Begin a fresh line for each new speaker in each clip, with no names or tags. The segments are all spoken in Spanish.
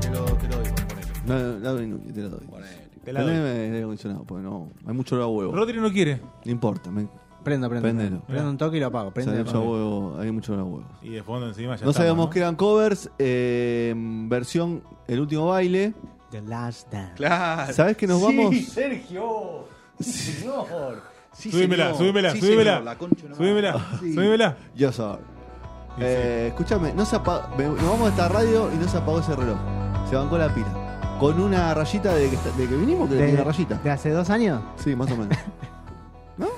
Te lo, te lo doy, ponele.
No, no, no, no, te lo doy.
Ponele.
Te la doy.
Poneme el aire acondicionado, porque no, hay mucho olor a huevo.
Rodri no quiere.
No importa, me,
Prendo, prendo.
Prendelo.
Prendo un toque y lo apago. Prende,
sale mucho
apago.
huevo, hay mucho olor a huevo.
Y de fondo encima ya
No
estamos,
sabíamos
¿no?
que eran covers, eh, versión El último baile.
The Last Dance.
Claro.
¿Sabés que nos
Sí,
vamos?
Sergio. Sí, señor. Sí,
Subímela,
señor.
subímela,
Sí,
subímela.
señor, la concha de una
Subímela,
madre. Sí.
subímela.
Yo soy.
Y
Eh, escúchame, no se apa- me- nos vamos a esta radio y no se apagó ese reloj. Se bancó la pila. Con una rayita de que, está- de que vinimos, que
¿De-
tiene una rayita.
¿De hace dos años?
Sí, más o menos. ¿No? Qué
Yo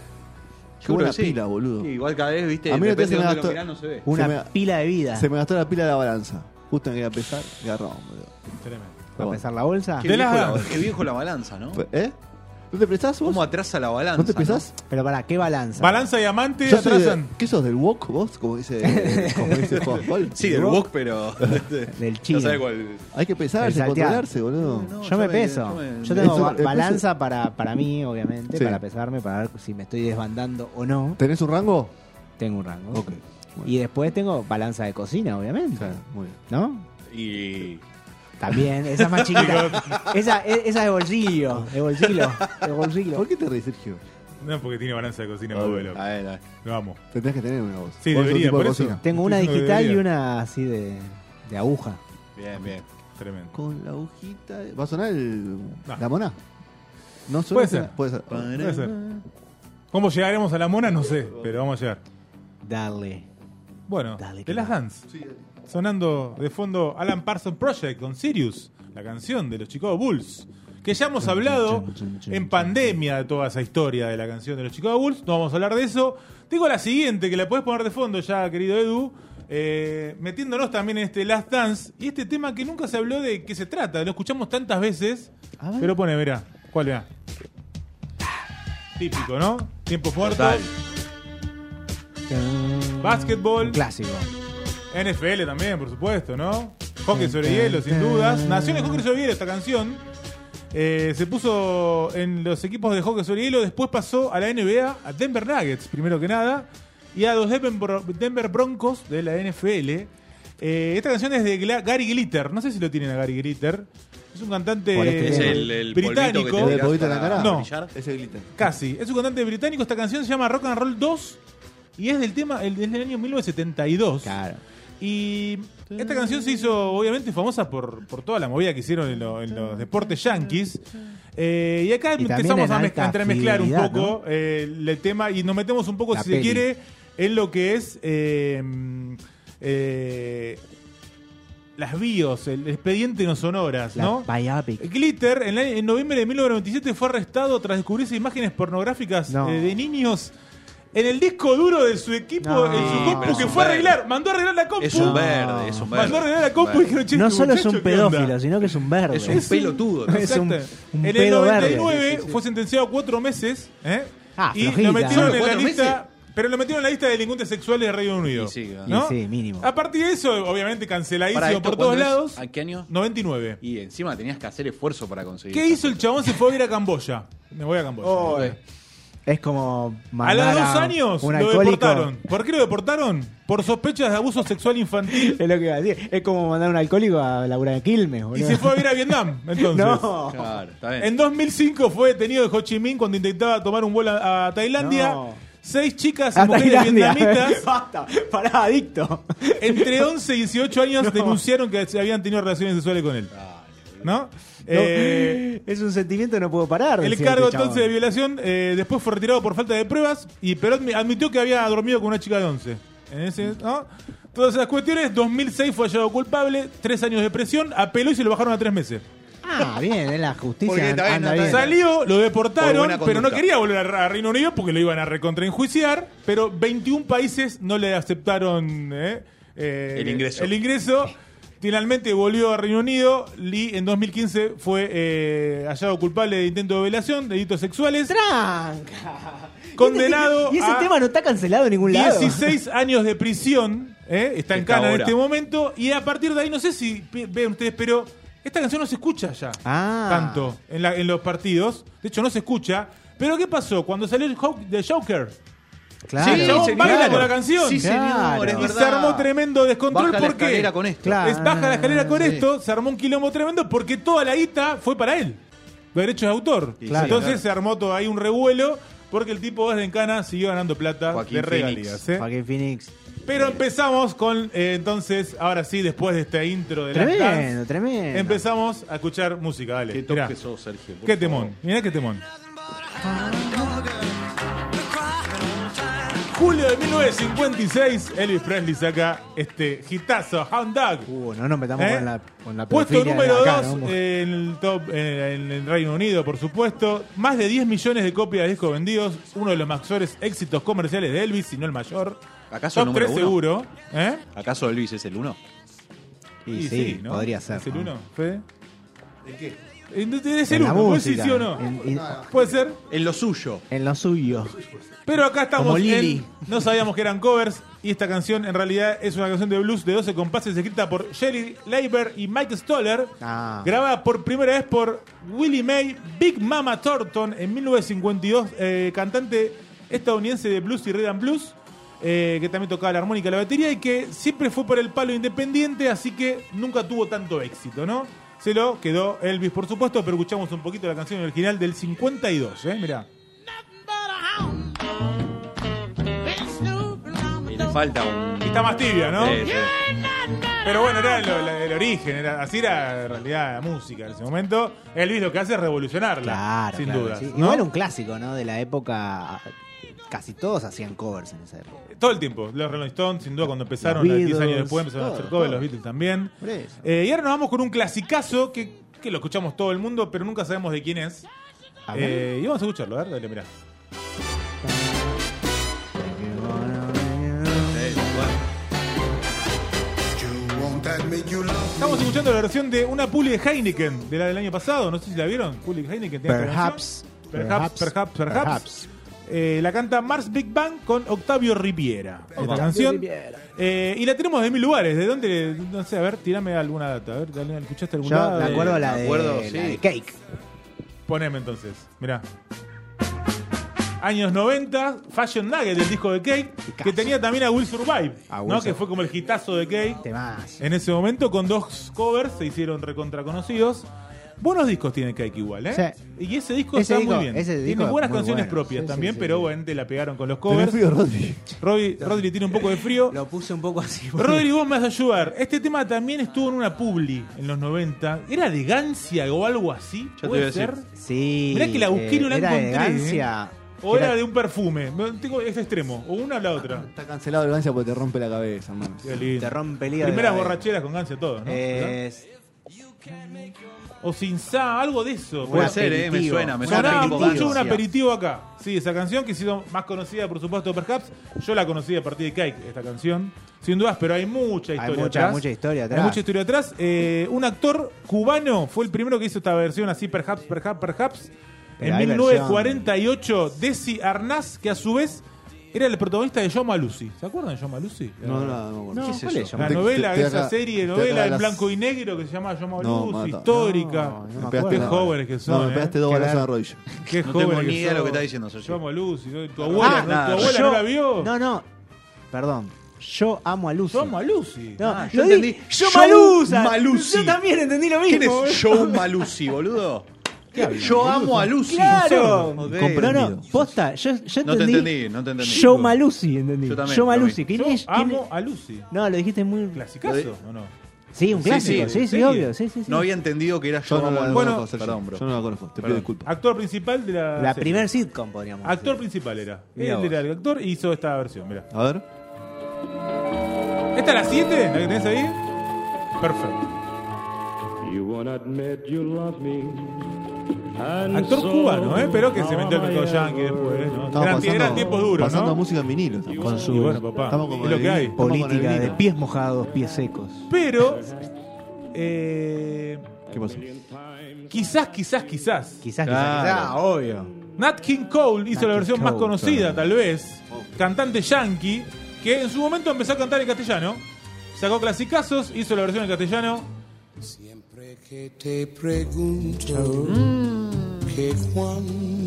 creo
buena
que sí.
pila, boludo.
Sí, igual cada vez, viste,
A mí no te
depende
hace
de dónde
nada
lo
to-
mirás, no se ve.
Una
Se me-
pila de vida.
Se me gastó la pila de la balanza. Justo en que iba a pesar, garrón, boludo.
sí, tremendo.
¿Va a
Pero
pesar la bolsa?
Qué
De
viejo,
la-
la, qué viejo la balanza, ¿no?
bueno. ¿Eh? ¿No te prestás vos?
¿Cómo atrasa la balanza?
¿No te prestás?
Pero para, ¿qué balanza?
Balanza y amante
Yo soy de-
atrasan.
¿Qué sos del wok vos? Como dice, como dice Juan Paul.
Sí, del wok, pero.
Del
no
chino.
sabes cuál.
Hay que pesarse,
El salteado.
controlarse, boludo.
No,
yo, me
yo me-
peso.
yo me-
Yo tengo
Eso-
ba-
el peso-
balanza para, para mí, obviamente,
Sí.
para pesarme, para ver si me estoy desbandando o no.
¿Tenés un rango?
Tengo un rango.
Ok. Bueno.
Y después tengo balanza de cocina, obviamente.
Claro, muy bien.
¿No?
Y.
También, esa es más chiquita. esa, e- esa es de bolsillo. De bolsillo. De bolsillo.
¿Por qué te reís, Sergio?
No, porque tiene balanza de cocina, me
Ah,
vuelve loco.
A ver, a ver.
Lo amo.
Tendrías que tener una voz.
Sí,
Vos sos
debería,
tipo de
por eso.
cocina.
Tengo una
Estoy diciendo
digital
que
y
debería.
una así de, de aguja.
Bien, bien.
Tremendo.
Con la agujita. de- ¿Va a sonar el...
No.
la moná? ¿No suena?
Puede ser.
Puede ser.
Puede ser. ¿Cómo llegaremos a la mona? No sé, pero vamos a llegar.
Dale.
Bueno,
Dale,
de
que
las
va.
Dance. Sonando de fondo Alan Parsons Project con Sirius, la canción de los Chicago Bulls. Que ya hemos hablado en pandemia de toda esa historia de la canción de los Chicago Bulls. No vamos a hablar de eso. Tengo la siguiente que la puedes poner de fondo ya, querido Edu. eh, metiéndonos también en este Last Dance y este tema que nunca se habló de qué se trata. Lo escuchamos tantas veces.
A ver.
Pero pone, mira, ¿cuál era? Típico, ¿no? Tiempo muerto,
Total.
básquetbol.
Un clásico.
NFL también, por supuesto, ¿no? Hockey sobre hielo, sin dudas. Nació en el hockey sobre hielo esta canción. Eh, se puso en los equipos de hockey sobre hielo. Después pasó a la NBA, a Denver Nuggets, primero que nada. Y a los Denver Bro- Denver Broncos de la NFL. Eh, esta canción es de Gla- Gary Glitter. No sé si lo tienen a Gary Glitter. Es un cantante
¿Cuál es que
este Es
Bien.
el, el polvito que
británico.
te
¿El
tirás
polvito en la
para
cara?
No.
brillar.
Ese glitter.
Casi. Es un cantante británico. Esta canción se llama Rock and Roll 2. Y es del tema, el, es del año 1972.
Claro.
Y esta canción se hizo obviamente famosa por, por toda la movida que hicieron en, lo- en los deportes yankees. Eh, y acá
Y también
empezamos
en
a, mezc-
alta
a entremezclar un
fidelidad,
poco eh, el, el tema y nos metemos un poco,
La
si se
peli.
quiere, en lo que es eh, eh, las bios, el expediente no sonoras,
La
¿no?
Biopic.
Glitter en, la- en noviembre de 1997 fue arrestado tras descubrirse imágenes pornográficas
No.
eh, de niños en el disco duro de su equipo,
No.
en su
Sí,
compu,
pero es
que
un
fue a
verde.
arreglar, mandó a arreglar la compu.
Es un
No.
verde, es un verde.
Mandó a arreglar la compu y
Verde.
dijeron, che,
No
este
solo es
muchacho,
un
¿qué onda?".
pedófilo, sino que es un verde.
Es un pelotudo. ¿no?
Es un-
Exacto.
un
en el
pedo verde.
99
Sí, sí, sí.
fue sentenciado a cuatro meses ¿eh?
Ah,
y
flojita.
lo metieron
¿Solo
en la
cuatro
lista.
meses?
Pero lo metieron en la lista de delincuentes sexuales de Reino Unido.
Y sí, claro.
¿no?
Y sí, mínimo.
A partir de eso, obviamente
Pará,
canceladísimo
¿esto
por todos
cuándo es?
lados.
¿A qué año?
99.
Y encima tenías que hacer esfuerzo para conseguir.
¿Qué hizo el chabón? Se fue a ir a Camboya. Me voy a Camboya.
Es como
a
mandar
los dos años
un
lo
alcohólico-
deportaron. ¿Por qué lo deportaron? Por sospechas de abuso sexual infantil.
Es lo que iba a decir. Es como mandar un alcohólico a laburar en Quilmes,
Y
boludo.
se fue a ir a Vietnam, entonces.
No.
Claro, está bien.
En 2005 fue detenido de Ho Chi Minh cuando intentaba tomar un vuelo a a Tailandia.
No.
Seis chicas y
A
mujeres
Tailandia.
vietnamitas
Basta. Pará, adicto.
entre 11 y 18 años denunciaron que se habían tenido relaciones sexuales con él. ¿No? Eh,
es un sentimiento que no puedo parar.
El
decía
cargo
este chabón.
entonces de violación eh, después fue retirado por falta de pruebas, y pero admi- admitió que había dormido con una chica de 11. En ese, ¿no? Todas esas cuestiones, 2006 fue hallado culpable, tres años de prisión, apeló y se lo bajaron a tres meses.
Ah, bien, es la
Porque
justicia.
está bien,
anda
no
bien.
está-
Salió, lo
Por
deportaron,
buena
pero no
conducta.
quería volver a, a Reino Unido porque lo iban a recontraenjuiciar, pero 21 países no le aceptaron eh, eh,
El ingreso.
El ingreso. Finalmente volvió a Reino Unido. Lee en 2015 fue eh, hallado culpable de intento de violación, delitos sexuales.
Tranca.
Condenado
Y ese
a-
tema no está cancelado en ningún lado.
16 años de prisión. ¿eh? Está en
Está
Cana en
ahora.
este momento. Y a partir de ahí, no sé si pi- ven ustedes, pero esta canción no se escucha ya.
Ah.
Tanto en, la- en los partidos. De hecho, no se escucha. Pero ¿qué pasó? Cuando salió el Hawk- The Joker.
Claro.
el chabón
señor.
baila con la canción.
Sí, señor,
Claro.
es
y
verdad.
se armó tremendo descontrol
Baja la
porque
escalera con esto.
Claro.
es baja la escalera con
Sí.
esto, se armó un quilombo tremendo porque toda la guita fue para él, los derechos de autor.
Y
Claro.
Entonces
claro.
se armó todo ahí un revuelo porque el tipo desde Encana siguió ganando plata
Joaquín
de
Phoenix.
regalías. ¿eh?
Joaquín Phoenix.
Pero empezamos con, eh, entonces, ahora sí, después de esta intro de la
Tremendo, tremendo.
empezamos a escuchar música, dale.
Qué
mirá.
top que sos, Sergio. por
Qué
favor.
temón, mirá qué temón. Julio de 1956, Elvis Presley saca este hitazo, Hound Dog.
Uh, no nos metamos
¿Eh?
con la, con la
Puesto
pedofilia
número
acá,
2
¿no?
en el top eh, en el Reino Unido, por supuesto. Más de 10 millones de copias de discos vendidos. Uno de los mayores éxitos comerciales de Elvis, si no el mayor.
¿Acaso el
Top
número
3
uno?
seguro. ¿Eh?
¿Acaso Elvis es el uno?
Y sí,
¿no?
podría ser.
¿Es el
¿no?
1, Fede? ¿El qué? Es
En
el
la
1, ¿puede decir
música,
sí o no?
en- en-
Puede ser.
En lo suyo.
En lo suyo.
Pero acá
Como
estamos
Lili.
en, No sabíamos que eran covers y esta canción en realidad es una canción de blues de 12 compases escrita por Jerry Leiber y Mike Stoller,
Ah.
grabada por primera vez por Willie May Big Mama Thornton en 1952, eh, cantante estadounidense de blues y rhythm blues, eh, que también tocaba la armónica y la batería y que siempre fue por el palo independiente, así que nunca tuvo tanto éxito, ¿no? Se lo quedó Elvis, por supuesto, pero escuchamos un poquito la canción original del 52, ¿eh? Mirá.
Y le falta un.
Y está más tibia, ¿no?
Eh, eh,
Pero bueno, era lo- la- el origen, era, así era en realidad la música en ese momento. Elvis lo que hace es revolucionarla,
Claro,
sin
claro,
duda.
sí.
¿no?
Igual un clásico, ¿no? De la época. Casi todos hacían covers en esa época.
Todo el tiempo, los Rolling Stones, sin duda, cuando empezaron,
Los
10 años
Beatles,
después empezaron a
todo,
hacer covers,
todo.
los Beatles también.
Por eso.
Eh, y ahora nos vamos con un clasicazo que, que lo escuchamos todo el mundo, pero nunca sabemos de quién es.
A ver.
Eh, y vamos a escucharlo, a ver, dale, mirá.
eh, bueno.
Estamos escuchando la versión de una puli de Heineken, de la del año pasado, no sé si la vieron. Puli de Heineken tiene esta
Perhaps.
canción. Perhaps, perhaps, perhaps.
Perhaps.
Eh, la canta Mars Big Bang con Octavio Riviera. Esta
Octavio
canción.
Riviera.
Eh, y la tenemos de mil lugares. ¿De dónde? No sé, a ver, tirame alguna data. A ver, dale, ¿escuchaste algún
Yo
lado?
me acuerdo la
me
de,
acuerdo,
la
sí.
de Cake.
Poneme entonces. Mirá. Años 90, Fashion Nugget, el disco de Cake, que
Picasso.
tenía también a Will Survive,
A Will
¿no?
Survive.
que fue como el hitazo de
este
Cake.
Temas.
En ese momento, con dos covers, se hicieron recontra conocidos. Buenos discos tiene Cake igual, ¿eh? Y ese disco
Ese
está
disco-
muy bien.
ese disco
tiene
es
buenas
muy
canciones
bueno.
propias
Sí, sí,
también,
sí,
pero
sí.
obviamente la pegaron con los
Tenés
covers.
frío, Rodri.
Rodri, Rodri tiene un poco de frío.
Lo puse un poco así. porque-
Rodri, vos me vas a ayudar. Este tema también estuvo en una publi en los 90. ¿Era de Gancia o algo así?
te
¿Puede
iba a decir.
ser?
Sí. eh,
Mirá que la busqué y no la
era de
encontré, ¿eh?
Gancia,
¿O
que
era de un perfume? No, Tengo este extremo. O una o la otra.
Está cancelado el Gancia porque te rompe la cabeza, hermano.
Qué lindo.
Te rompe el hígado. Eh,
Primeras
de-
borracheras con Gancia, todo, ¿no?
Es-
¿Verdad? O sin sa, algo de eso.
Puede
Un
ser, eh, me
aperitivo.
suena, me
Un
suena
Sonaba
tipo
aperitivo.
mucho
ganso.
un
Gancia.
aperitivo acá. Sí, esa canción que ha sido más conocida, por supuesto, perhaps. Yo la conocí a partir de Cake, esta canción. Sin dudas, pero hay mucha historia
mucha-
atrás.
mucha historia atrás.
Hay mucha historia atrás. Eh, un actor cubano fue el primero que hizo esta versión así, perhaps, perhaps, perhaps.
Pero
en
hay
1948, Desi Arnaz, que a su vez era el protagonista de Yo Malusi. ¿Se acuerdan de Yo Malusi?
No, no, no.
No,
¿Qué es
¿cuál
eso?
es Yo
La
Te-
novela,
te- te
esa
haga-
serie de
te
novela
haga
en
las-
blanco y negro que se llama Yo Malusi,
mata.
histórica.
No,
Me
no me
pegaste
Qué
acuerdo.
una-
jóvenes que son.
No, me pegaste
eh.
dos
Qué
balazos en la rodilla.
Qué
No
jóvenes
tengo ni idea
son.
lo que está diciendo, Sergio.
Yo amo a Lucy. ¿no? Tu
Ah,
abuela, no,
nada,
tu abuela
yo-
no la vio.
No, no. Perdón. Yo amo a Lucy.
Yo amo a Lucy.
No,
Ah,
yo
yo
entendí.
entendí.
Yo
Yo
Malusa.
Malusi.
Yo también entendí lo
¿Quién
mismo. eh.
es Joe Malusi, boludo? Yo amo a Lucy.
Claro.
Ok.
No, no,
Comprendido.
posta. Yo, yo entendí.
No te entendí, no te entendí.
Yo Malusi, entendí.
Yo también,
Yo
lo
Malusi.
vi.
¿Quién
Yo
es? ¿Quién
amo
es?
a Lucy.
No, lo dijiste muy.
¿Clasicazo o no?
Sí, un
Sí,
clásico. Sí,
sí,
sí,
sí.
obvio. Sí, sí, sí.
No había entendido que era yo,
Yo no
amo a
la
Lucy.
Bueno,
conozco, Sergio.
perdón, bro.
Yo no la conozco, te pido
Perdón.
disculpas.
Actor principal de la.
La
serie.
primer sitcom, podríamos
Actor
decir.
principal era.
Mirá
Él
vos.
era el actor y hizo esta versión. Mirá.
A ver.
¿Esta es la 7? ¿La que tenés ahí? Perfecto.
You won't admit you love me.
Actor cubano, ¿eh? Pero que se metió al mercado yankee después, ¿no? Eran,
Estamos pasando-
eran tiempos duros,
Pasando
¿no?
música en vinilo. estamos.
Con
Y
su
bueno, papá,
Estamos como
es lo que hay.
Estamos con el
política de
vino.
pies mojados, pies secos.
Pero, eh,
¿Qué pasó?
quizás, quizás, quizás.
Quizás,
Claro.
quizás, obvio.
Nat King Cole hizo
Nat
la
King
versión más
Cole,
conocida,
claro.
tal vez, cantante yankee, que en su momento empezó a cantar en castellano, sacó clasicazos, hizo la versión en castellano.
Siempre que te pregunto que cuando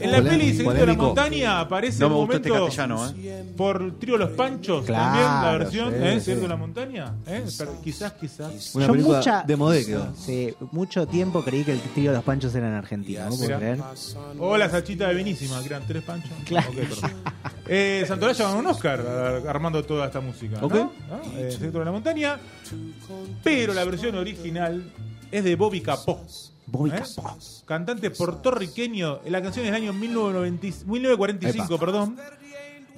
En la
Polé-
peli Secreto de la
polémico.
Montaña aparece
No
un
me gustó este
momento
castellano, ¿eh?
por Trío Los Panchos,
Claro,
también la versión,
sí,
¿eh?
sí.
Secreto de la Montaña, ¿eh? Pero quizás, quizás.
Una
Yo
película
mucha-
de modé quedó.
Sí, mucho tiempo creí que el tío de los panchos eran argentinos. ¿no?
Mirá.
¿Puedo creer?
O la salchita de Benísima, que eran tres panchos.
Claro.
Ok, perdón. eh, Santolaya ganó un Oscar a- armando toda esta música. ¿no?
Ok.
¿No? Eh, Secreto de la Montaña. Pero la versión original es de Bobby Capó.
Bobby
¿Eh?
Capó.
Cantante puertorriqueño. La canción es del año 1990 1945, perdón.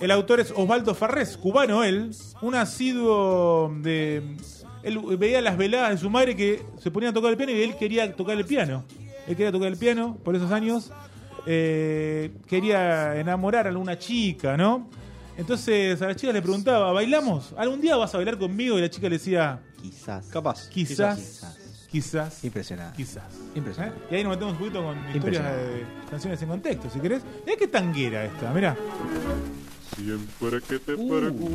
El autor es Osvaldo Farrés, cubano él, un asiduo de... Él veía las veladas de su madre que se ponía a tocar el piano y él quería tocar el piano. Él quería tocar el piano por esos años. Eh, quería enamorar a alguna chica, ¿no? Entonces a la chica le preguntaba, ¿bailamos? ¿Algún día vas a bailar conmigo? Y la chica le decía,
Quizás.
Capaz.
quizás, quizás,
Impresionante.
quizás.
Impresionante.
¿Eh? Y ahí nos metemos un poquito con historias
Impresionante.
de canciones en contexto, si querés. Mirá qué tanguera esta, mirá.
Siempre que te pregunto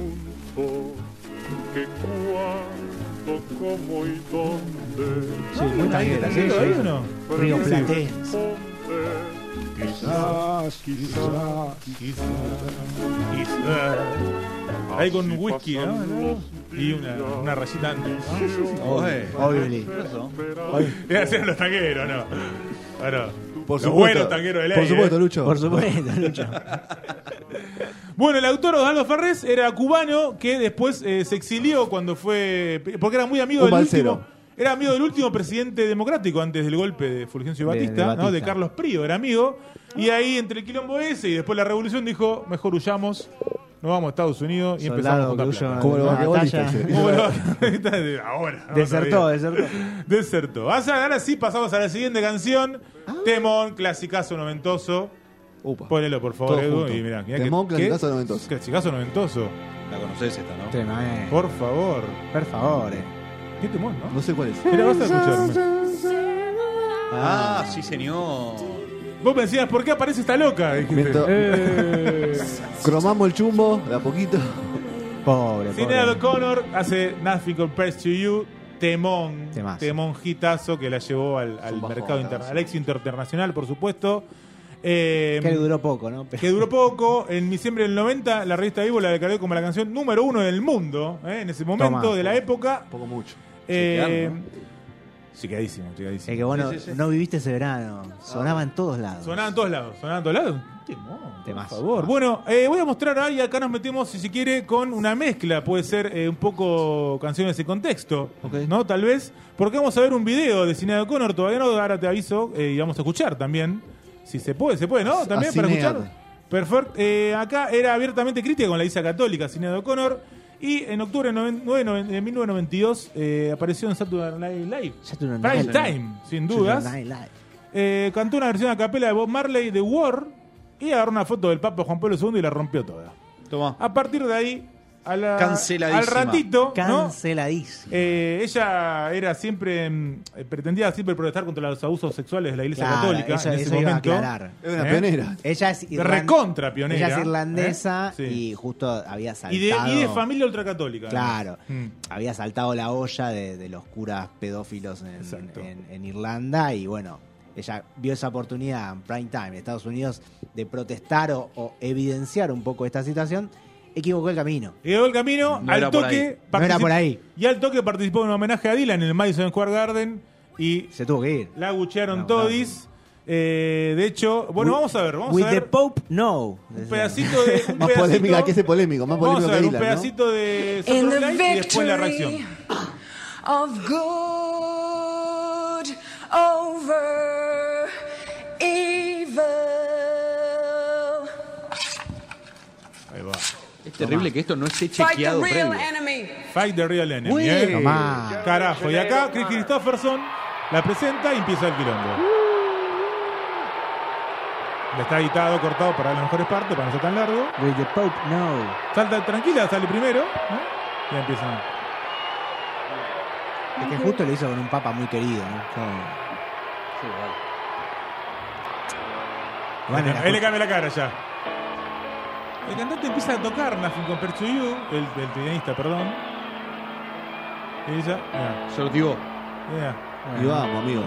que cuándo, cómo y dónde,
Sí, muy tanguera, sí,
¿Tanguero ahí o
sí.
no?
Río
Sí.
Platense.
dónde, quizás, quizás,
Ahí con whisky,
pasan
¿no?
los
Y una,
días.
una rayita antes.
Oye.
Obviously.
Era hacer los tangueros, ¿no? Bueno,
Por
los buenos tangueros de ley.
Por supuesto,
¿eh?
Lucho.
Por supuesto, Lucho.
Bueno, el autor Osvaldo Ferrés era cubano que después eh, se exilió cuando fue. Porque era muy amigo
Un
del
balsero.
último. Era amigo del último presidente democrático antes del golpe de Fulgencio
De- de
Batista, ¿no? De
Batista.
Carlos Prío, era amigo. Y ahí entre el quilombo ese y después la revolución dijo: mejor huyamos, nos vamos a Estados Unidos y empezamos a
Soldado que
juntar plata.
huyó
Como
de
los
la
vaquebolistas,
batalla.
sí.
Muy bueno, está de- Ahora. ¿no?
Desertó,
Todavía.
desertó.
Desertó. Vas a- Ahora sí pasamos a la siguiente canción.
Ah.
Temón, clasicazo noventoso.
Upa.
Ponelo, por favor,
Todo
Edu.
junto.
Y mirá, mirá
Temón,
que-
clasicazo
que-
noventoso.
Clasicazo noventoso.
La conoces esta, ¿no?
Tremendo.
Por favor.
eh. Por favor. eh.
Qué temón, ¿no?
No sé cuál es.
Mira, basta de escucharme.
Ah, sí, señor.
Vos me decías, ¿por qué aparece esta loca? Dijiste.
Miento- Cromamos el chumbo de a poquito.
Pobre,
Sinead
pobre.
O'Connor hace Nothing Compares to You. Temón.
Temazo.
Temón hitazo que la llevó al, al
un
mercado
bajón, la
internacional,
verdad.
al éxito internacional, por supuesto. Eh,
Que duró poco, ¿no?
que duró poco. En diciembre del 90, la revista Vivo la declaró como la canción número uno del mundo, ¿eh? en ese momento
Toma.
de la época.
Poco mucho.
Eh,
Chequeando,
Chequeadísimo, chequeadísimo.
Es que bueno, no viviste ese verano. Sonaba en todos lados.
Sonaba en todos lados, sonaba en todos lados. Un temón,
Temazo.
Por favor. Bueno, eh, voy a mostrar ahora y acá nos metemos, si se quiere, con una mezcla. Puede ser eh, un poco canciones de contexto, ¿no? Tal vez. Porque vamos a ver un video de Cineado Connor, todavía no, ahora te aviso, eh, y vamos a escuchar también. Si se puede, se puede, ¿no? También
A
para
Sinead.
escuchar. Perfecto. Eh, acá era abiertamente crítica con la Iglesia Católica, Cineado Connor. Y en octubre de noven- nueve- noven- de 1992 eh, apareció en Saturday Night Live.
Saturday
Prime
Night.
Time, sin dudas.
Saturday Night Live.
Eh, cantó una versión a capela de Bob Marley de War y agarró una foto del Papa Juan Pablo II y la rompió toda.
Toma.
A partir de ahí, a la-
Canceladísima.
al ratito, ¿no?
Canceladísimo.
Eh, ella era siempre mm, eh, pretendía siempre protestar contra los abusos sexuales de la Iglesia
Claro,
Católica
eso-
en ese
eso iba a
momento.
aclarar.
Es
¿Eh?
una penera.
Ella es irlan-
Recontra pionera,
Ella es irlandesa
¿eh? Sí.
y justo había
Y de,
saltado.
y de familia ultracatólica.
Claro.
Mm.
Había saltado la olla de, de los curas pedófilos en,
Exacto.
en- en Irlanda y bueno, ella vio esa oportunidad en prime time en Estados Unidos de protestar o, o evidenciar un poco esta situación, equivocó el camino.
Y quedó el camino,
No
al
era por
toque.
ahí. No era
partici-
por ahí.
Y al toque participó en un homenaje a Dylan en el Madison Square Garden y
Se tuvo que ir.
la aguchearon
No,
todis. Eh, de hecho, bueno, vamos a ver, vamos
With
a ver.
the Pope, no.
un pedacito de. Un
Más
pedacito,
polémica que ese polémico. Más
Vamos
polémico
a ver,
que
un
Dylan, ¿no?
pedacito de
In
Saturday
the
Night y después la
victory
reacción.
of good over evil.
Es terrible que esto no esté
Fight the
chequeado
real
previo.
enemy.
Fight the real enemy.
Uy.
¿eh?
Tomá.
Uh.
Carajo. Y acá Chris Christopherson la presenta y empieza el quilombo. Está editado, cortado para las mejores partes, para no ser tan largo.
With the Pope, no.
Salta tranquila, sale primero. ¿no? Y empiezan.
Es que justo lo hizo con un papa muy querido, ¿no? Como-
Sí, igual.
Bueno, la-
Él le cambia la cara ya. El cantante empieza a tocar Nothing Compared to You, el, el pianista, perdón. Y ella, mira,
Sortivó.
mira.
Y vamos, amigo.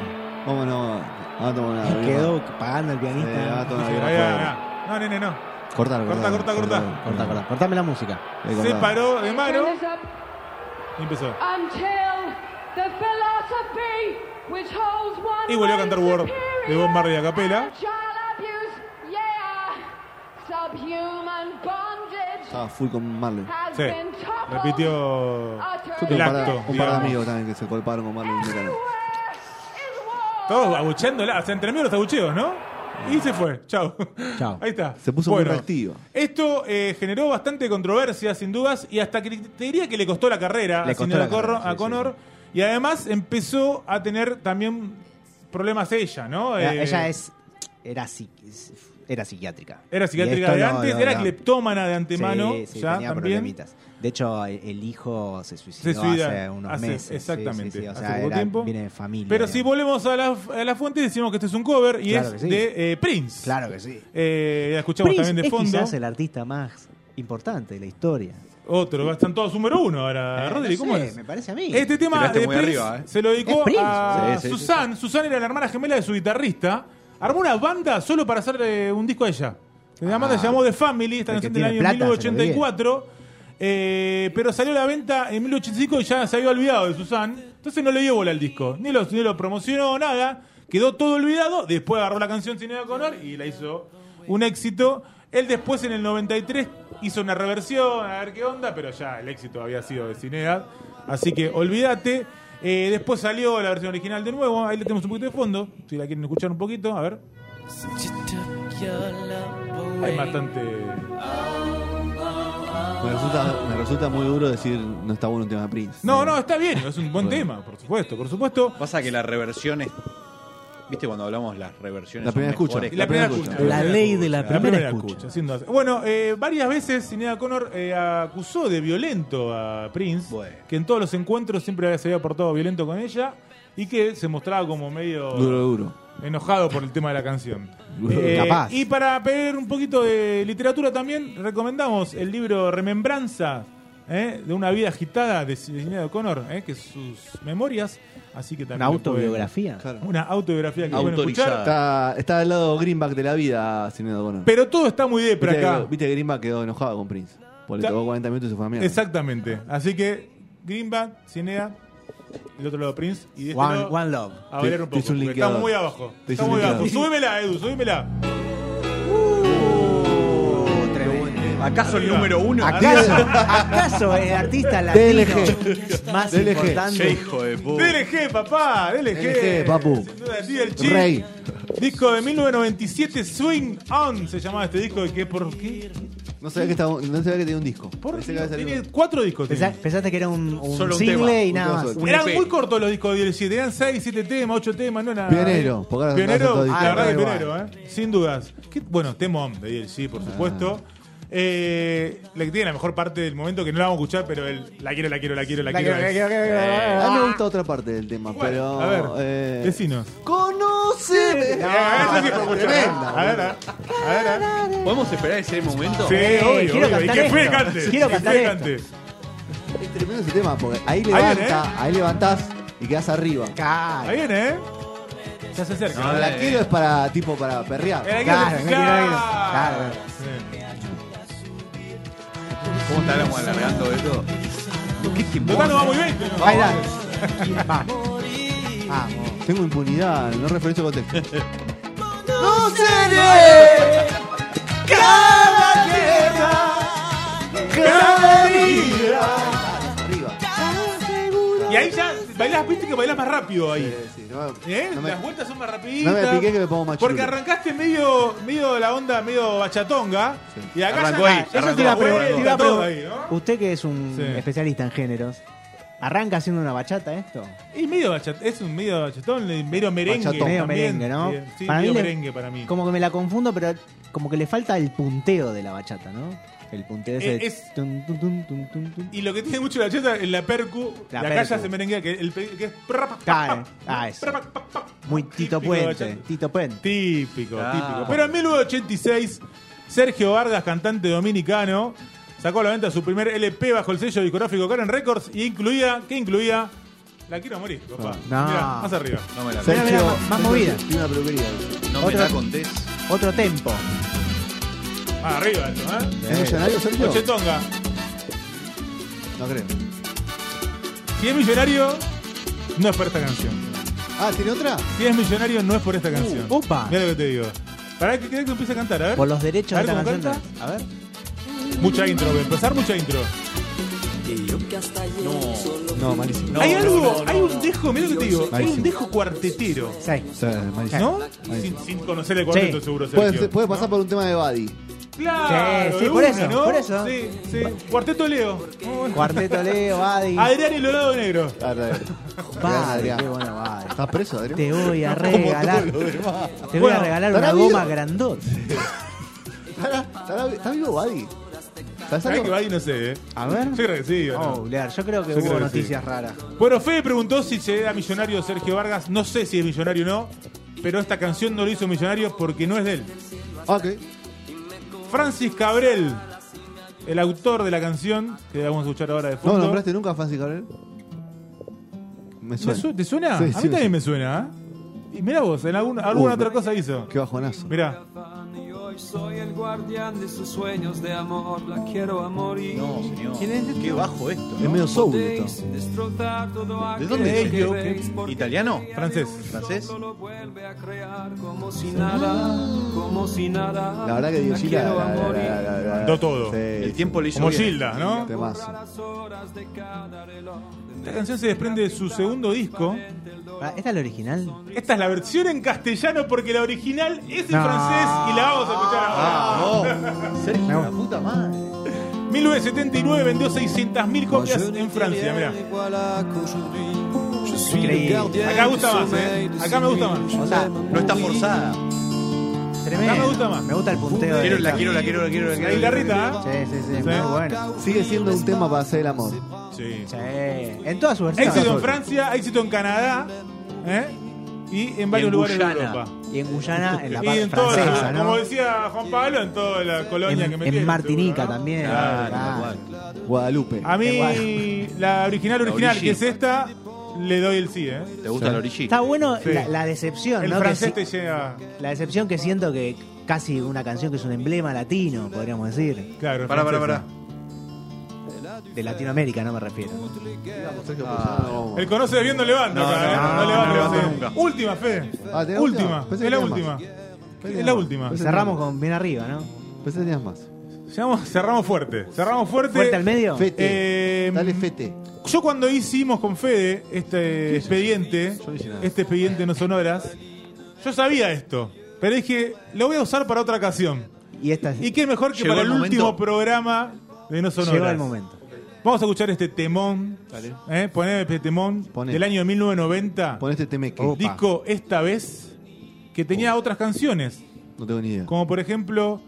Vámonos. Vamos a tomar una.
Y
birra.
quedó pagando el
Eh, va
pianista.
a tomar
Dice,
una
"Ahí va,
birra.
mira". No, nene, no.
Cortalo,
Corta,
cortalo,
corta, corta.
cortalo.
Corta, corta. Cortame la música.
Eh,
Se
cortalo.
paró de mano
Turn this up
y empezó.
until the philosophy which holds one
Y volvió a cantar Word de Bob Marley a
Child
capela.
abuse, yeah. Subhuman bondage
Estaba full con Marley.
has
Sí.
been toppled,
Repitió.
Yo
utterly
tengo un par,
acto,
de- un par de
digamos.
amigos también que se colparon con Marley. Mira, no.
everywhere is war.
Todos abucheándola, o sea, entre medio los abucheos, ¿no? Y se fue, chao.
Chao.
Ahí está.
Se puso muy reactivo.
Esto eh, generó bastante controversia, sin dudas, y hasta que te diría que le costó la carrera
Le
a
costó
Sinora
la carrera,
Corro- a
sí,
Connor. Y además empezó a tener también problemas ella, ¿no?
Ella-
Eh,
Ah, Ella es. Era, psiqui- era psiquiátrica.
Era
Y
psiquiátrica
esto
de
no-
antes,
no-
era
no.
cleptómana de antemano,
Sí, sí,
ya
tenía
también.
problemitas. De hecho, el- el hijo se
Se
suicidó
suicida
hace unos
hace-
meses. Sí,
Exactamente.
sí, sí, O
hace
sea,
poco
era-
tiempo.
viene de familia.
Pero si
digamos.
volvemos a la, a la fuente, decimos que este es un cover y
Claro
es
que sí.
de eh, Prince.
Claro que sí.
Eh, la escuchamos
Prince
también de
es
fondo.
quizás el artista más importante de la historia.
Otro, están todos número uno ahora,
Eh,
Rodri,
no
¿cómo
sé,
es?
Me parece a mí.
Este tema
Tiraste
de
muy
Prince
arriba, ¿eh?
se lo dedicó
Es Prince.
a
Sí, sí, sí,
Susan. Susan era la hermana gemela de su guitarrista. Armó una banda solo para hacer eh, un disco a ella. La
Ah.
banda se llamó The Family, esta
El que
canción del año
tiene plata, se lo
1984. eh, pero salió a la venta en 1885 y ya se había olvidado de Susan. Entonces no le dio bola al disco. Ni lo, ni lo promocionó, nada. Quedó todo olvidado. Después agarró la canción Sin Edad Conor y la hizo un éxito. Él después en el 93 hizo una reversión, a ver qué onda, pero ya el éxito había sido de Cinead. Así que olvídate. Eh, después salió la versión original de nuevo. Ahí le tenemos un poquito de fondo. Si la quieren escuchar un poquito, a ver. Hay bastante.
Me resulta, me resulta muy duro decir no está bueno un tema de Prince.
No, no, está bien. Es un buen tema, por supuesto, por supuesto.
Pasa que la reversión es. ¿Viste cuando hablamos las reversiones?
La
son
primera escucha.
mejores?
La primera escucha.
La ley de la
La primera
primera escucha.
escucha, sin duda. Bueno, eh, varias veces Sinead Connor eh, acusó de violento a Prince,
Bueno.
que en todos los encuentros siempre se había portado violento con ella y que se mostraba como medio
Duro, duro.
enojado por el tema de la canción.
Eh,
Capaz.
Y para pedir un poquito de literatura también, recomendamos el libro Remembranza ¿eh? de una vida agitada de Sinead Connor, ¿eh? que es sus memorias. Así que
Una
también
autobiografía.
Claro.
pueden- una autobiografía que pueden escuchar.
Está, está al lado Greenback de la vida, Sinedo Bono.
Pero todo está muy depre
Viste,
acá.
que- viste que Greenback quedó enojado con Prince. Porque le
Claro.
tocó 40 minutos y se fue a mierda.
Exactamente. Así que Greenback, Cinea, el otro lado Prince y de este
One,
lado
one Love.
a bailar un
Te- te
poco.
hizo un
porque
linkeador.
estamos muy abajo.
Te hizo
Estamos muy
un
abajo.
linkeador.
Súbemela, Edu, súbemela.
¿Acaso el
Arriba.
número uno?
¿Acaso, ¿Acaso el artista
DLG.
latino más
DLG.
Che,
importante?
hijo de
Oh.
puta.
DLG, papá, DLG.
DLG, papu.
Sin duda, DLG.
Rey.
Disco de 1997, Swing On se llamaba este disco. de que por qué?
No sabía que, estaba, no sabía que tenía un disco.
Por
Pensé que había salido
Tiene
un-
cuatro discos.
Pensá-
tiene.
pensaste que era un, un
Solo un
single
tema.
y nada más.
Un
Eran
EP.
muy cortos los discos de DLC, tenían 6, 7 temas, 8 temas, no era.
Pionero, porque ahora
Pionero,
hacen todo
la verdad que
distinto.
pionero, ¿eh? sin dudas. Qué- bueno, temón de DLC,
Ah.
por supuesto. Eh, la que tiene la mejor parte del momento, que no la vamos a escuchar, pero el, la quiero, la quiero, la quiero, la, quiero. es-
A mí me gusta otra parte del tema,
Bueno,
pero.
a ver,
eh,
vecinos.
¡Conoce!
Eh, eso sí fue escuchar.
Tremenda,
A ver, a ver, a ver.
¿Podemos esperar ese momento?
Sí,
Eh,
obvio,
quiero
obvio. Y
cantar
que fue
esto.
cante.
Quiero
y que
cantar
fue
esto.
cante.
Es tremendo ese tema, porque ahí
viene,
levanta,
¿eh?
ahí levantás y quedás arriba.
Ahí
Claro,
viene, ¿eh? Ya se acerca.
No,
eh,
la quiero es para tipo para perrear.
Era
Claro,
que-
no quiero bailar.
Claro.
Claro.
Sí.
¿Cómo estaremos alargando esto? ¿Qué tiempo?
Total, nos va muy bien. ¿no?
baila. Vamos. Vamos.
Tengo impunidad, no referencio contexto. arriba.
Y ahí ya bailás, viste que bailás más rápido ahí.
Sí, sí, no me-
¿Eh?
no me-
Las vueltas son más rapiditas.
no me piqué que me pongo más
Porque
chulo.
arrancaste medio, medio la onda, medio bachatonga. Y acá
Arrancó
ya,
ahí,
ya
arrancó,
se la
arrancó,
vuelta,
arrancó.
todo ahí, ¿no?
Usted que es un
Sí.
especialista en géneros, Arranca haciendo una bachata esto.
Y medio bachatón, es un medio bachatón, medio merengue.
Bachatón. medio
también.
merengue, ¿no?
Sí, Sí,
Para mí
medio
le-
merengue para mí.
Como que me la confundo, pero como que le falta el punteo de la bachata, ¿no? El punteo ese.
Eh, es-
tun, tun, tun, tun, tun, tun.
Y lo que tiene mucho la bachata es la percu,
La
la, calle
percu.
hace merengue, que, el, pe- que es...
Claro, ah, eso. Muy
Típico
Tito Puente.
bachata.
Tito Puente.
Típico,
Ah.
típico. Pero en 1986, Sergio Vargas, cantante dominicano, sacó a la venta su primer LP bajo el sello discográfico Karen Records y incluía, ¿qué incluía? La quiero a morir, papá.
No.
Mirá, más arriba.
No me la,
Mirá, mirá, más- más movida.
Tiene una peluquería.
no me
Otra-
la contés.
Otro tempo.
Más arriba, esto, ¿eh?
¿Es millonario, Sergio?
Ochetonga.
No creo.
Si es millonario, no es por esta canción.
Ah, ¿tiene otra?
Si es millonario, no es por esta canción.
Uh, opa.
Mira lo que te digo. Pará que querés que empiece a cantar, a ver.
Por los derechos
A
de
ver
esta
cómo
canción.
canta.
A ver.
Mucha intro, voy a empezar mucha intro.
No, malísimo.
hay algo, hay un dejo, mira lo que te digo, hay un
Malísimo.
dejo cuartetero.
Sí.
O sea, malísimo.
¿No? Sin, sin conocer el cuarteto,
Sí.
seguro, Sergio.
Puede, ser- puede pasar por un tema de Buddy.
Claro,
Sí, sí,
de
por
una,
eso,
¿no?
por eso.
Sí, sí. Cuarteto Leo.
Cuarteto Leo, Badi.
Adrián y Lorado Negro.
Claro,
Badi,
Adrián.
qué bueno, Badi.
¿Estás preso, Adrián?
Te voy a regalar. Te voy a
Bueno,
regalar
¿estará
una goma
vivo?
grandota.
¿Estará- estará- ¿Está vivo Buddy? ¿Sabes
¿Sabés que
algo?
va ahí? No sé, eh.
A ver.
Yo creo que sí, ¿o no?
Oh, Lear, yo creo que
Yo
hubo
creo que sí.
noticias raras.
Bueno, Fede preguntó si se era millonario Sergio Vargas. No sé si es millonario o no, pero esta canción no lo hizo millonario porque no es de él.
Ah, Ok.
Francis Cabrel, el autor de la canción, que vamos a escuchar ahora de
¿No
fondo.
nombraste nunca a Francis Cabrera? Me
¿Me
suena.
su- ¿Te suena?
Sí,
a mí
sí, me
también
suena.
me suena. ¿eh? Y mirá vos, en alguna, alguna
Uh,
otra
me-
cosa hizo.
Qué bajonazo.
Mirá.
No, señor. Qué bajo esto.
Es medio soul esto.
¿De dónde es? ¿Italiano?
Francés.
¿Francés? Ah.
La verdad que Dios Gila. la- la- la- la- la- la-
Do todo.
Sí,
El
sí.
tiempo le hizo
Como
bien.
Gilda, ¿no?
Temazo.
Esta canción se desprende de su segundo disco.
Ah, ¿Esta es la original?
Esta es la versión en castellano porque la original es en
No.
francés
Ah,
y la vamos a escuchar ahora.
Sergio, la puta madre.
1979 vendió 600.000 copias en Francia, mirá.
Increíble.
Acá gusta más, ¿eh? Acá me gusta más.
O sea,
No está forzada.
tremendo.
Ah, me gusta más.
Me gusta el punteo.
Quiero,
de
la quiero, la quiero, la quiero. La
La
quiero.
guitarrita, ¿eh?
Sí, sí, sí,
Sí.
muy bueno.
Sigue siendo un tema para hacer el amor.
Sí.
Sí. En todas sus versiones.
¿eh? Éxito en Francia, éxito en Canadá, ¿eh? Y en varios
en
lugares de
Guyana.
Europa.
Y en Guyana, en la
Y
parte
en toda la-
francesa,
como
¿no?
decía Juan Pablo, en toda la colonia que
En,
me
en
tiene,
Martinica
seguro, ¿no?
también.
Claro,
claro.
tal cual.
Guadalupe.
A mí,
Igual.
la original original,
La
que es esta, le doy el sí, ¿eh?
¿Te gusta el origi?
Está bueno
Sí.
la, la decepción,
El
Ah, ¿no? Que
francés te
si-
llega.
La decepción que siento que casi una canción que es un emblema latino, podríamos decir.
Claro, el
Pará, pará,
francés.
pará.
De Latinoamérica, no me refiero.
Ah,
El conoce bien no levanta,
No,
acá, ¿eh?
no,
No
no,
levanta,
no levanta
sí.
nunca.
Última, Fede.
Ah, ¿tenés
última,
última? Pensé
es
que
la
tenías
última.
más.
Es la última.
Y cerramos con bien arriba, ¿no?
Pensé que tenías más.
Llegamos- cerramos fuerte. Cerramos fuerte.
Fuerte al medio.
Fete.
Eh,
Dale, Fete.
Yo cuando hicimos con Fede este expediente,
Yo no hice nada.
este expediente no sonoras, yo sabía esto, pero dije, lo voy a usar para otra ocasión.
Y esta
Y qué mejor que
Llegó
para el,
el momento.
último programa de no sonoras.
llegó el momento.
Vamos a escuchar este temón. ¿eh? Poneme este temón
Poné.
del año de 1990.
Pon este temeque.
Disco esta vez que tenía otras canciones,
No tengo ni idea.
como por ejemplo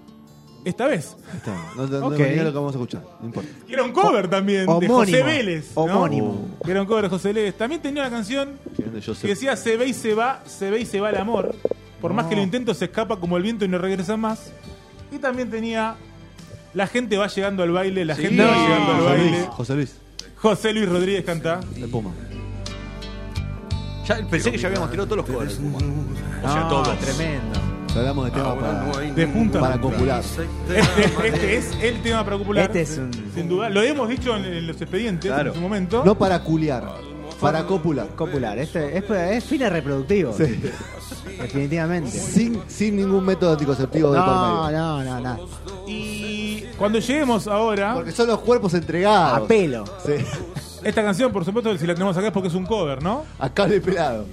esta vez.
Está, Este No, no
Ok.
tengo ni idea de lo que vamos a escuchar. No importa.
Que Era un cover también
Homónimo.
de José Vélez. ¿no?
Homónimo.
Que Era un cover de José Vélez. También tenía una canción
Que grande yo
que
sé.
decía se ve y se va, se ve y se va el amor. Por más que lo intento se escapa como el viento y no regresa más. Y también tenía la gente va llegando al baile, la gente va llegando al
José
baile.
Luis. José Luis.
José Luis Rodríguez canta.
El Puma.
Ya, pensé que ya habíamos tirado todos los covers. O sea,
No,
todos.
Ah, tremendo.
Ya hablamos de temas para,
De punta.
para copular.
Este, este es el tema para popular.
Ah, Este es un-
Sin duda. Lo hemos dicho en, en los expedientes
Claro.
en su momento.
No para culiar. Para copular.
Copular, este es, es fines reproductivos.
Sí.
Definitivamente.
Sin, sin ningún método anticonceptivo de por
No,
medio.
no, no, no.
Y cuando lleguemos ahora,
Porque son los cuerpos entregados.
A pelo.
Sí.
esta canción, por supuesto, si la tenemos acá es porque es un cover, ¿no?
A cable pelado.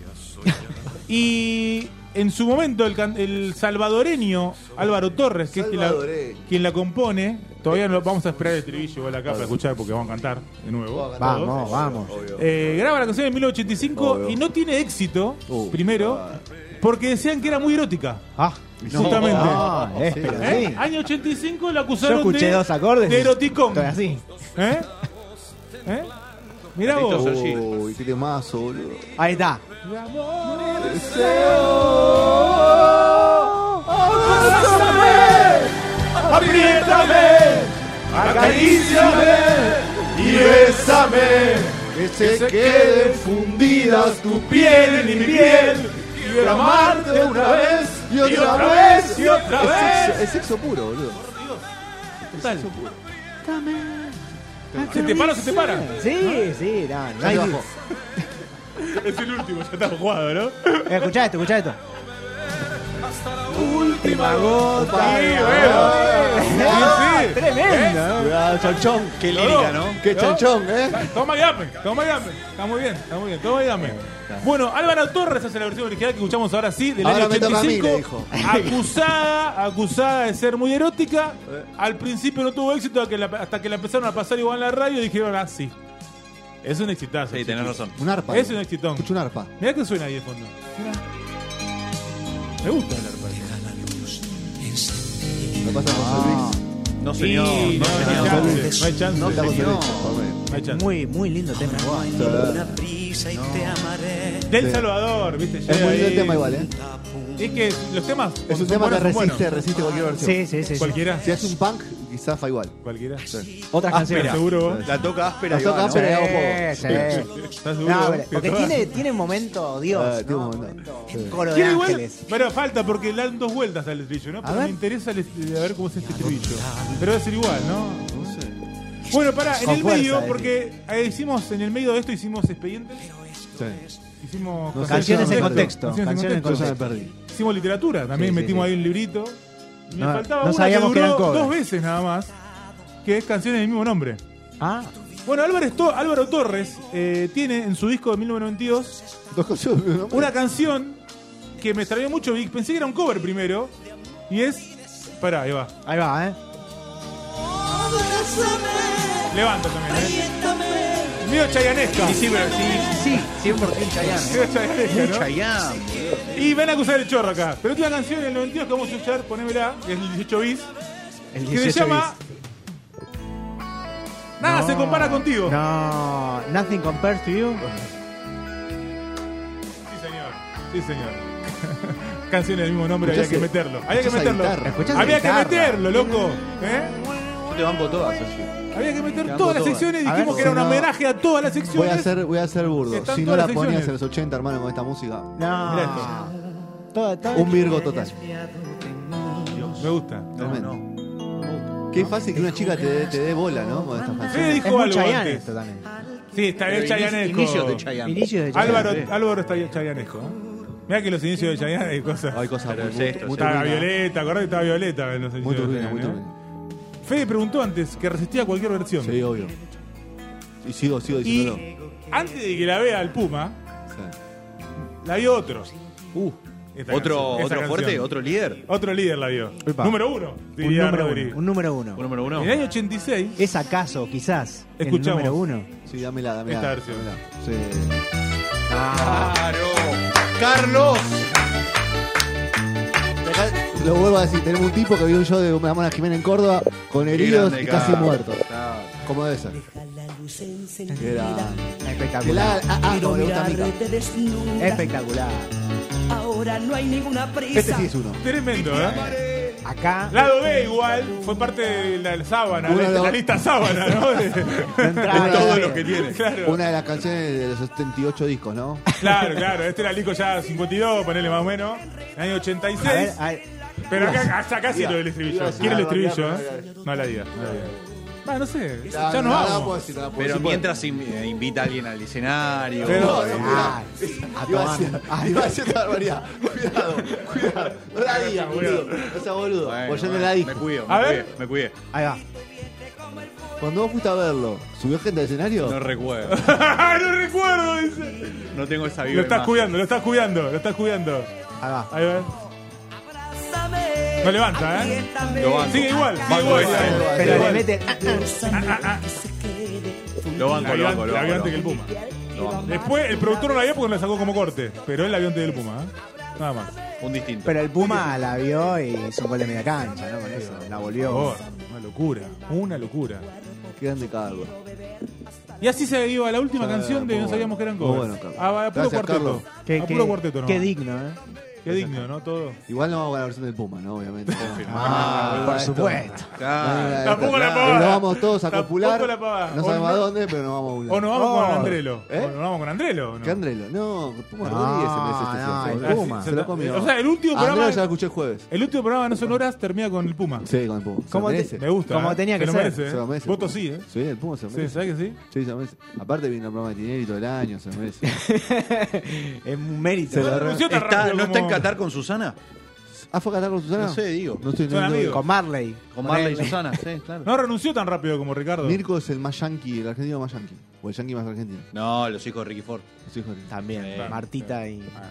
Y en su momento el, can- el salvadoreño Álvaro Torres, que es quien la,
Salvadoreño.
quien la compone, todavía no vamos a esperar el estribillo igual acá para escuchar porque vamos a cantar de nuevo.
Vamos, vamos.
Eh, graba la canción en 1985 y no tiene éxito, primero, porque decían que era muy erótica.
Ah,
Justamente.
Ah, eh, pero
¿Eh?
sí.
Año 85 la
Yo
acusaron
escuché
de,
dos acordes.
de
y
eroticón.
Estoy así.
¿Eh? ¿Eh? Mirá vos.
Uy, qué temazo, boludo.
Ahí está.
¡Apriétame!
y bésame que se queden fundidas tu piel y mi piel y amarte una vez y otra, vez, y otra vez es sexo, puro boludo
Se te para, se te para.
Sí, sí, no, no hay duda.
Es el último, ya está jugado, ¿no?
Eh, Escuchá esto, escuchá esto.
última gota
Sí, bueno. Sí, sí.
Tremendo.
cuidado Ah, chanchón
Qué lírica, ¿no?
qué chanchón eh
Toma y dame, toma y dame. Está muy bien, está muy bien, toma y dame. Bueno, Álvaro Torres hace la versión original que escuchamos ahora sí, del
Ahora
año
me toca a mí,
85.
le dijo.
Acusada, acusada de ser muy erótica.
Eh.
Al principio no tuvo éxito hasta que la, hasta que la empezaron a pasar igual en la radio y dijeron, ah, sí. Es un exitazo.
Sí, tenés
chiquis.
razón.
un arpa
Es
eh.
un exitón.
escucho un arpa
Mirá que suena ahí de fondo. Mirá. Me gusta el arpa.
lo pasamos a Luis
No, señor.
Sí,
no,
no,
señor.
no hay chance, no hay chance.
no estamos en
señor.
el
No hay chance.
Muy, muy lindo tema.
Del Salvador, viste.
es
llega
muy lindo el
ahí.
tema igual eh
Es que los temas.
es
son
un tema que
buenos, son buenos.
resiste resiste cualquier versión
Sí, sí, sí. sí.
Cualquiera.
si hace un punk quizás fa igual
Cualquiera. Ah,
Otras canciones. Ah,
Espera.
Seguro vos.
La toca áspera.
La
y
toca
Ah,
va, ¿no?
áspera.
Sí, sí.
¿Estás seguro?
No,
vos?
pero- porque
Que
tiene, tiene momento
Ah,
Dios.
tiene un
¿no?
momento.
Momento
Sí.
Coro de
Quiero igual,
ángeles.
pero falta porque le dan dos vueltas al estribillo, ¿no? Pero
ver.
me interesa el est- a ver cómo es este estribillo. Pero debe ser igual, ¿no? Bueno, pará, en
Con
el
fuerza,
medio,
decís.
porque eh, hicimos, en el medio de esto hicimos expedientes, hicimos
No sé,
Canciones
yo
en
no me
contexto. Canciones en
yo ya me
contexto.
perdí
Hicimos literatura, también
Sí, sí,
metimos
sí.
ahí un librito. Me
No,
faltaba
no
una que
sabíamos que
duró
eran covers.
dos veces nada más, que es canciones del mismo nombre.
Ah,
Bueno, Álvarez To- Álvaro Torres eh, tiene en su disco de 1992
dos canciones ¿no?
una canción que me extrañó mucho. y Pensé que era un cover primero. Y es. Pará, ahí va.
ahí va, ¿eh?
Levanto también, ¿eh? Mío chayanesca.
Sí, pero sí.
Sí, 100% Chayanne.
Medio chayanesca, ¿no?
Chayam.
Y van a acusar el chorro acá. Pero es una canción del 92 que vamos a escuchar, ponémela, que es el 18 bis,
El
que se
18
llama.
bis.
Nada
No,
se compara contigo.
No, nothing compares to you.
Sí, señor. Sí, señor. Canción del mismo nombre, había que
Escuchá ese-
meterlo. Había que
escuchá esa
meterlo.
guitarra.
Escuchá esa
Había que
guitarra.
meterlo, loco. ¿Eh?
Yo te banco todas, así.
Había que meter
Te
todas
banco
las
todas.
secciones.
A
Dijimos
ver,
que era
si
un
no-
homenaje a todas las secciones.
Voy a ser, voy a ser burdo.
Están
Si no
todas
la
las
ponías en
secciones.
los 80, hermano, con esta música,
Mirá
No. Todo, todo-
un virgo total.
Me gusta.
Tremendo. Qué fácil que una chica te, dé- te dé bola, ¿no? Con estas
Fede
canciones.
dijo
Es muy
algo
Chayanne
antes.
esto también.
Sí, está bien
Inicios de
Chayanesco.
Chayam.
Inicios de ¿eh? Chayanne.
Álvaro,
sí.
Álvaro está bien chayanesco. ¿eh? Mirá que los inicios de Chayanne hay cosas.
Hay cosas
Pero
muy,
es
muy,
esto,
muy
Estaba
turbinas.
Violeta, acordate, estaba Violeta en los
Muy
inicios de
turbinas, muy
Chayanne, ¿eh?
turbinas.
Fede preguntó antes que resistía a cualquier versión.
Sí, obvio. Y sigo, sigo
y
diciéndolo.
antes de que la vea el Puma,
Sí.
la vio otro.
Uh,
Esta
otro,
canción, esta
otro fuerte,
canción.
otro líder.
Otro líder la vio.
Epa.
Número uno.
Un
diría
número
Rodri.
uno. Un número uno.
Un número uno.
En el año 86,
¿Es acaso, quizás,
Escuchamos.
el número uno?
Sí, dámela, dámela.
Esta versión.
dámela. Sí.
Claro. Carlos.
Y acá Lo vuelvo a decir, tenemos un tipo que vio un show de Ramona Jiménez en Córdoba con heridos y casi muertos. Como debe ser. Era. Que la-
Espectacular.
ah, ah, como le gusta a Mica.
eh. Espectacular.
Ahora no hay ninguna prisa.
Este sí es uno.
tremendo, ¿eh?
Acá
Lado B igual, fue parte de la, la sábana,
Uno
la,
de los-
la lista sábana, ¿no? De-
no entraba
de
la
todo
B.
lo que tiene. Claro,
Una de las canciones de los 78 discos, ¿no?
claro, claro. Este era el disco ya 52, ponele más o menos. En el año
A ver,
86.
a ver.
Pero acá, hasta casi lo del
iba a
estribillo.
decir
Quiere el
algo,
estribillo,
mirá,
¿eh?
mirá,
No la digas. no la digas. Ah, no sé.
La-
Ya nos
no pues. la puedo
vamos.
decir, no la puedo
Pero
decir,
mientras in- eh, invita a alguien al escenario.
Pero-
No, no,
Ah,
cuidado.
a
Iba a
tomar.
decir- iba a decir otra barbaridad. Cuidado, cuidado. No la digas, boludo. No seas boludo.
Bueno,
Vos Pues ya no
bueno,
la
Me
dije.
cuido,
A
me
ver.
cuidé, me cuidé.
Ahí va.
Cuando vos fuiste a verlo, ¿subió gente al escenario?
No recuerdo.
no recuerdo, dice.
No tengo esa vida.
Lo estás cuidando, lo estás cuidando, lo estás cuidando.
Ahí va.
Ahí va. No levanta, ¿eh?
Lo banco.
Sigue igual, sigue
Banco
igual.
ese.
sigue
Pero
igual.
le
mete-
Lo
Lo banco, lo banco,
banco, el
lo banco.
avión
lo
antes que el
banco.
Puma.
Lo banco.
Después el productor no la vio porque la sacó como corte, pero él la vio antes del Puma, ¿eh? Nada más.
Un distinto.
Pero el Puma la vio y hizo un gol de media cancha, ¿no? Con eso, la volvió.
Por favor, una locura, una locura.
Qué grande Carlos.
Y así se iba la última
Ah,
canción de
muy
No sabíamos
bueno.
que eran
Muy
covers.
bueno, Carlos.
a, a puro
Gracias,
cuarteto.
Carlos.
a puro cuarteto, ¿no?
qué digno, ¿eh?
Qué digno, ¿no? Todo.
Igual no vamos con la versión del Puma, ¿no? Obviamente.
Ah, por
esto-
supuesto.
No, no, no,
Ah, Tampoco la
no,
pavada.
Ah, Nos vamos todos a
Tampoco
copular.
la pavada.
No
O
sabemos
no-
a dónde, pero nos vamos a un lado.
O nos vamos con
Oh.
Andrelo.
¿Eh?
O nos vamos con Andrelo. ¿o no?
¿Qué Andrelo? No, Puma
No,
Rodríguez se merece este
no,
señor.
el
Ah, sí,
Puma.
Se lo comió.
O sea, el último
Andrelo
programa-
ya lo escuché el jueves.
El último programa de No Son Horas termina con el Puma.
Sí, con el Puma. Se lo
¿Cómo te-
merece.
Me gusta.
Como
¿eh?
tenía que
se lo
ser.
merece, ¿eh?
Se lo merece.
Voto sí, ¿eh?
Sí, el Puma se lo
Sí,
merece.
¿sabes que sí?
Sí, se lo merece. Aparte vino el programa de Tinelli, el año, se lo merece.
Es un mérito.
Se lo re-
Funciona
Está-
rápido
¿No está en
como-
Qatar con Susana?
¿Ah, fue a Qatar con Susana?
No sé, digo.
No estoy
Son
no-
amigos.
Con Marley.
Con Marley y Susana, sí, claro.
No renunció tan rápido como Ricardo.
Mirko es el más yankee, el argentino más yankee. O el yankee más argentino.
No, los hijos de Ricky Ford.
Los hijos de-
También,
Sí.
Martita y.
Ah,